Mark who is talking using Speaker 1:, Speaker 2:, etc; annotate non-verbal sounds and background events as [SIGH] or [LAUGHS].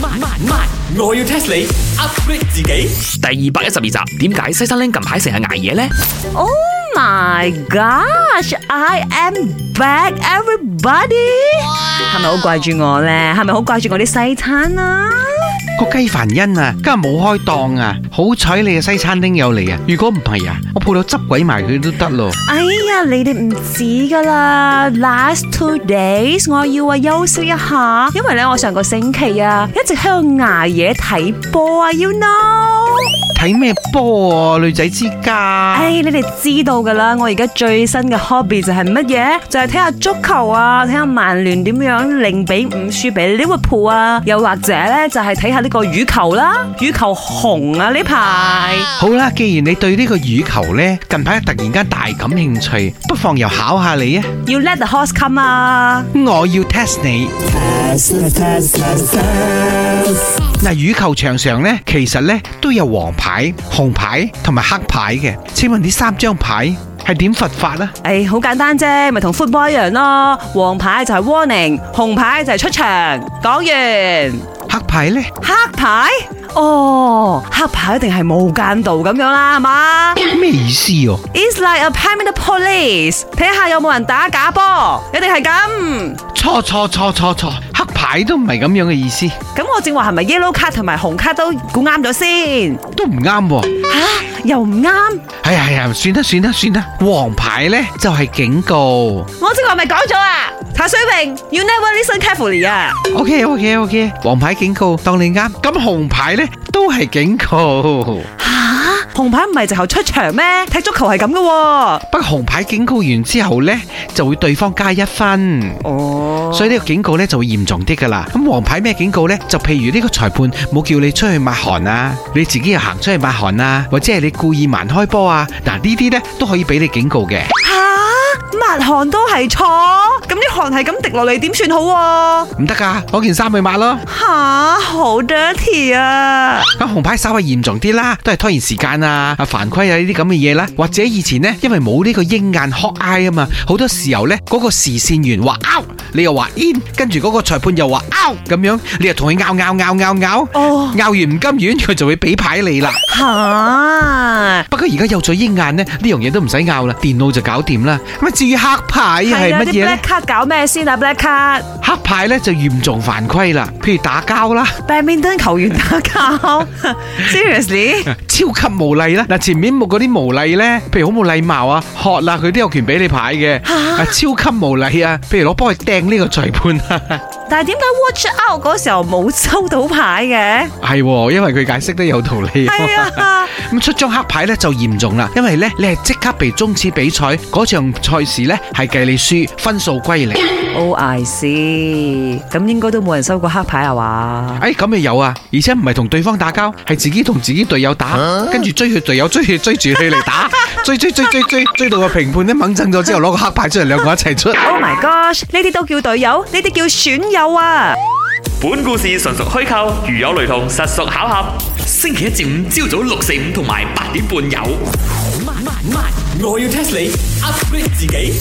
Speaker 1: 慢慢慢我要 test 你 upgrade 自己。
Speaker 2: 第二百一十二集，點解西山僆近排成日捱夜呢？
Speaker 3: Oh my gosh! I am back, everybody！係咪好掛住我咧？係咪好掛住我啲西餐啊？
Speaker 4: 個雞凡恩啊，今日冇開檔啊，好彩你嘅西餐廳有嚟啊！如果唔係啊，我鋪到執鬼埋佢都得咯。
Speaker 3: 哎呀，你哋唔止噶啦！Last two days 我要啊休息一下，因為咧我上個星期啊一直喺度捱夜睇波啊，you know。
Speaker 4: 睇咩波啊，女仔之家。
Speaker 3: 唉，你哋知道噶啦，我而家最新嘅 hobby 就係乜嘢？就係睇下足球啊，睇下曼聯點樣零比五輸俾利物浦啊，又或者咧就係睇下呢個羽球啦，羽球紅啊呢排。
Speaker 4: 好啦，既然你對呢個羽球呢，近排突然間大感興趣，不妨又考下你啊！
Speaker 3: 要 let the horse come 啊！
Speaker 4: 我要 test 你。嗱，羽球場上呢，其實呢都有黃牌、紅牌同埋黑牌嘅。請問呢三張牌係點罰法啊？
Speaker 3: 唉，好簡單啫，咪同 football 一樣咯。黃牌就係 warning，紅牌就係出場。講完。
Speaker 4: 黑牌呢？
Speaker 3: 黑牌？哦，黑牌一定係無間道咁樣啦，係嘛？
Speaker 4: 咩意思哦、
Speaker 3: It's like a payment of police，睇下有冇人打假波，一定係咁。
Speaker 4: 錯錯錯錯錯，黑牌都唔係咁樣嘅意思，
Speaker 3: 咁我正話係咪 yellow 卡同埋紅卡都估啱咗先？
Speaker 4: 都唔啱喎。
Speaker 3: 吓、又唔啱，
Speaker 4: 哎呀哎呀，算啦算啦算啦，黃牌呢就係警告。
Speaker 3: 我正話咪講咗啊！茶水榮，you never listen carefully 啊！
Speaker 4: OK OK OK，黃牌警告，當你啱。咁紅牌呢都係警告，
Speaker 3: 吓、紅牌唔係直頭出場咩？踢足球係咁噶喎。
Speaker 4: 不過紅牌警告完之後呢，就會對方加一分。
Speaker 3: 哦
Speaker 4: 所以呢個警告呢就會嚴重啲噶啦。咁黃牌咩警告呢？就譬如呢個裁判冇叫你出去抹汗啊，你自己又行出去抹汗啊，或者係你故意慢開波啊，嗱呢啲呢都可以俾你警告嘅。
Speaker 3: 吓、抹汗都係錯，咁啲汗係咁滴落嚟點算好、啊？
Speaker 4: 唔得噶，攞件衫去抹咯。
Speaker 3: 吓、好 dirty 啊！
Speaker 4: 咁紅牌稍微嚴重啲啦，都係拖延時間啊、啊犯規啊呢啲咁嘅嘢啦。或者以前呢，因為冇呢個鷹眼 hawk eye 啊嘛，好多時候呢，嗰、個視線員話 out，你又話 in，跟住嗰個裁判又話 out 咁樣，你又同佢拗拗拗拗拗，
Speaker 3: 哦
Speaker 4: 拗完唔甘願，佢就會俾牌你啦。
Speaker 3: 吓、
Speaker 4: 不過而家有咗鷹眼呢，呢樣嘢都唔使拗啦，電腦就搞掂啦。咁啊至於黑牌係乜嘢呢
Speaker 3: 啊 Black？card 搞咩先啊？Black card
Speaker 4: 黑牌呢就嚴重犯規啦，譬如打交啦。
Speaker 3: badminton 球員打交，seriously？
Speaker 4: 超級無禮啦！嗱，前面冇嗰啲無禮咧，譬如好冇禮貌啊，喝啦，佢都有權俾你牌嘅。啊，超級無禮啊！譬如攞波去掟呢個裁判啊， [LAUGHS]
Speaker 3: 但係點解 watch out 嗰時候冇收到牌嘅？
Speaker 4: 係喎，因為佢解釋得有道理。
Speaker 3: 係啊，
Speaker 4: [LAUGHS] 咁出張黑牌咧就嚴重啦，因為咧你係即刻被終止比賽，嗰場賽事咧係計你輸，分數歸
Speaker 3: [COUGHS]
Speaker 4: 零。
Speaker 3: o Oh, I C，咁應該都冇人收過黑牌係嘛？
Speaker 4: 哎，咁咪有啊，而且唔係同對方打交，係自己同自己隊友打，跟住追佢隊友，追佢追住佢嚟打，追追追追追追到個評判咧掹震咗之後，攞個黑牌出嚟，兩個一齊出。
Speaker 3: Oh my gosh！呢啲都叫隊友，呢啲叫損友啊！
Speaker 1: 本故事純屬虛構，如有雷同，實屬巧合。星期一至五朝早六四五同埋八點半有。慢慢慢我要 test 你 upgrade 自己。